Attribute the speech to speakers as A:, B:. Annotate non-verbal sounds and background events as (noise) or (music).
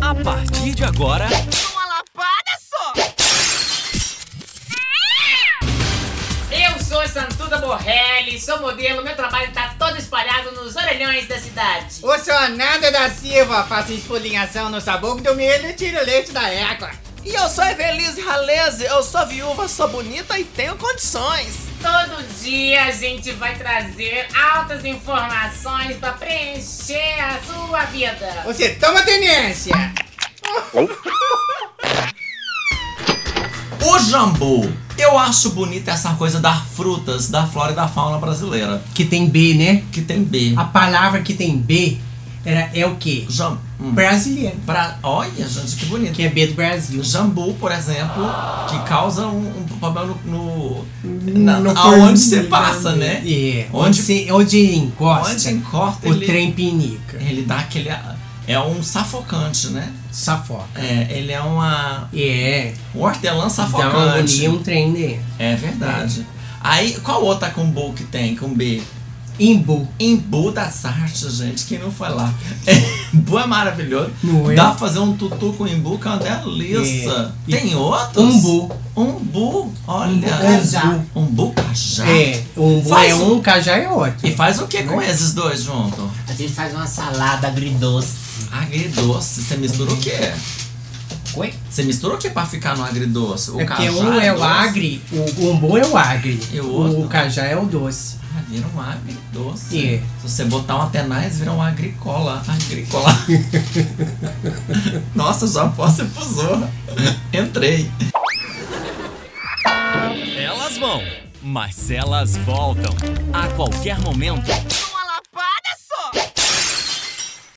A: A partir de agora,
B: Uma lapada só!
C: Eu sou Santuda Borrelli, sou modelo, meu trabalho tá todo espalhado nos orelhões da cidade.
B: O seu Nanda da Silva faz esfolinhação no sabor do milho e tira o leite da égua.
D: E eu sou Evelise Raleze, eu sou viúva, sou bonita e tenho condições.
C: Todo dia a gente vai trazer altas informações pra preencher a sua vida.
B: Você toma tenência!
E: Ô Jambu, eu acho bonita essa coisa das frutas da flora e da fauna brasileira.
F: que tem B, né?
E: Que tem B.
F: A palavra que tem B era, é o quê?
E: Jambu.
F: Brasileiro.
E: Olha, gente, que bonito.
F: Que é B do Brasil.
E: Jambu, por exemplo, que causa um, um problema no. no, na-
F: No forno-
E: aonde você passa, né?
F: É. Onde,
E: Onde-
F: você, onde ele encosta,
E: Onde encorta
F: o
E: ele.
F: trem pinica.
E: Ele dá aquele. É um safocante, né?
F: Safoca.
E: É, ele é uma.
F: É.
E: Um hortelã
F: Dá uma
E: safocante.
F: agonia, um trem dentro.
E: é verdade. Aí, qual outra com bu que tem? Com B?
F: Imbu.
E: Embu das artes, gente, quem não foi lá? Embu é (laughs) maravilhoso.
F: Não é?
E: Dá pra fazer um tutu com embu que é uma delícia.
F: É. E
E: Tem outros?
F: Umbu.
E: Umbu, olha.
F: cajá.
E: Umbu cajá.
F: É. O umbu
E: Faz
F: é um, cajá é outro.
E: E faz o que com esses dois junto?
C: Né? A gente faz uma salada agridoce.
E: Agridoce. Você mistura o quê?
C: Oi?
E: Você mistura o que pra ficar no agridoce? O
F: é porque
E: cajá
F: um é o
E: doce?
F: agre, o o umbu é o agre.
E: E o outro?
F: cajá é o doce.
E: Ah, vira um agridoce.
F: É.
E: Se você botar um Atenais, vira um agricola.
C: (laughs)
E: Agricola. Nossa, já posso ir pro Zorra. Entrei.
A: elas vão, mas elas voltam. A qualquer momento,